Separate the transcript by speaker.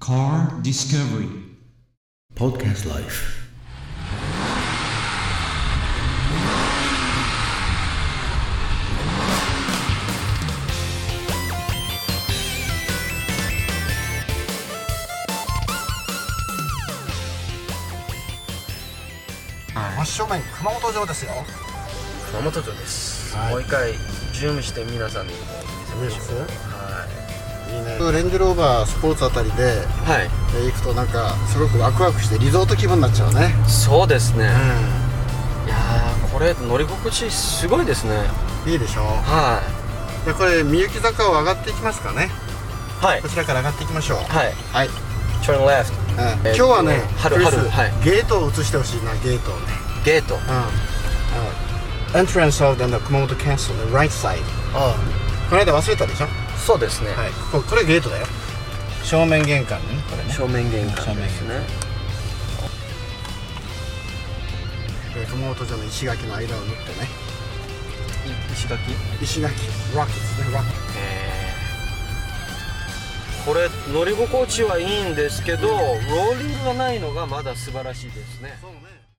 Speaker 1: Car Discovery
Speaker 2: Podcast Life
Speaker 3: 真正面熊本城ですよ
Speaker 4: 熊本城です、
Speaker 3: はい
Speaker 4: もう一回準備して皆さんにも見せましょう
Speaker 3: 見えます
Speaker 4: はい
Speaker 3: いねレンジローバースポーツあたりで
Speaker 4: はい、
Speaker 3: え行くとなんかすごくワクワクしてリゾート気分になっちゃうね
Speaker 4: そうですね、いやーこれ乗り心地すごいですね
Speaker 3: いいでしょ
Speaker 4: は
Speaker 3: でこれ三幸坂を上がっていきますかね
Speaker 4: いはい
Speaker 3: こちらから上がっていきましょう
Speaker 4: はい
Speaker 3: はい、
Speaker 4: turn left
Speaker 3: うん今
Speaker 4: えー
Speaker 3: 日はね
Speaker 4: 春
Speaker 3: クリス
Speaker 4: 春はい
Speaker 3: ゲートを映してほしいなゲートをね
Speaker 4: ゲート
Speaker 3: うん、うん、Entrance of the 熊本 Castle the right side ああこの間忘れたでしょ
Speaker 4: そうですね、
Speaker 3: はいこここれゲートだよ正面玄関ねこれね
Speaker 4: 正面玄関ですね
Speaker 3: えー熊本城の石垣の間を縫ってね
Speaker 4: い石垣
Speaker 3: 石垣ロックですねロック
Speaker 4: えーこれ乗り心地はいいんですけどローリングがないのがまだ素晴らしいですね
Speaker 3: そうね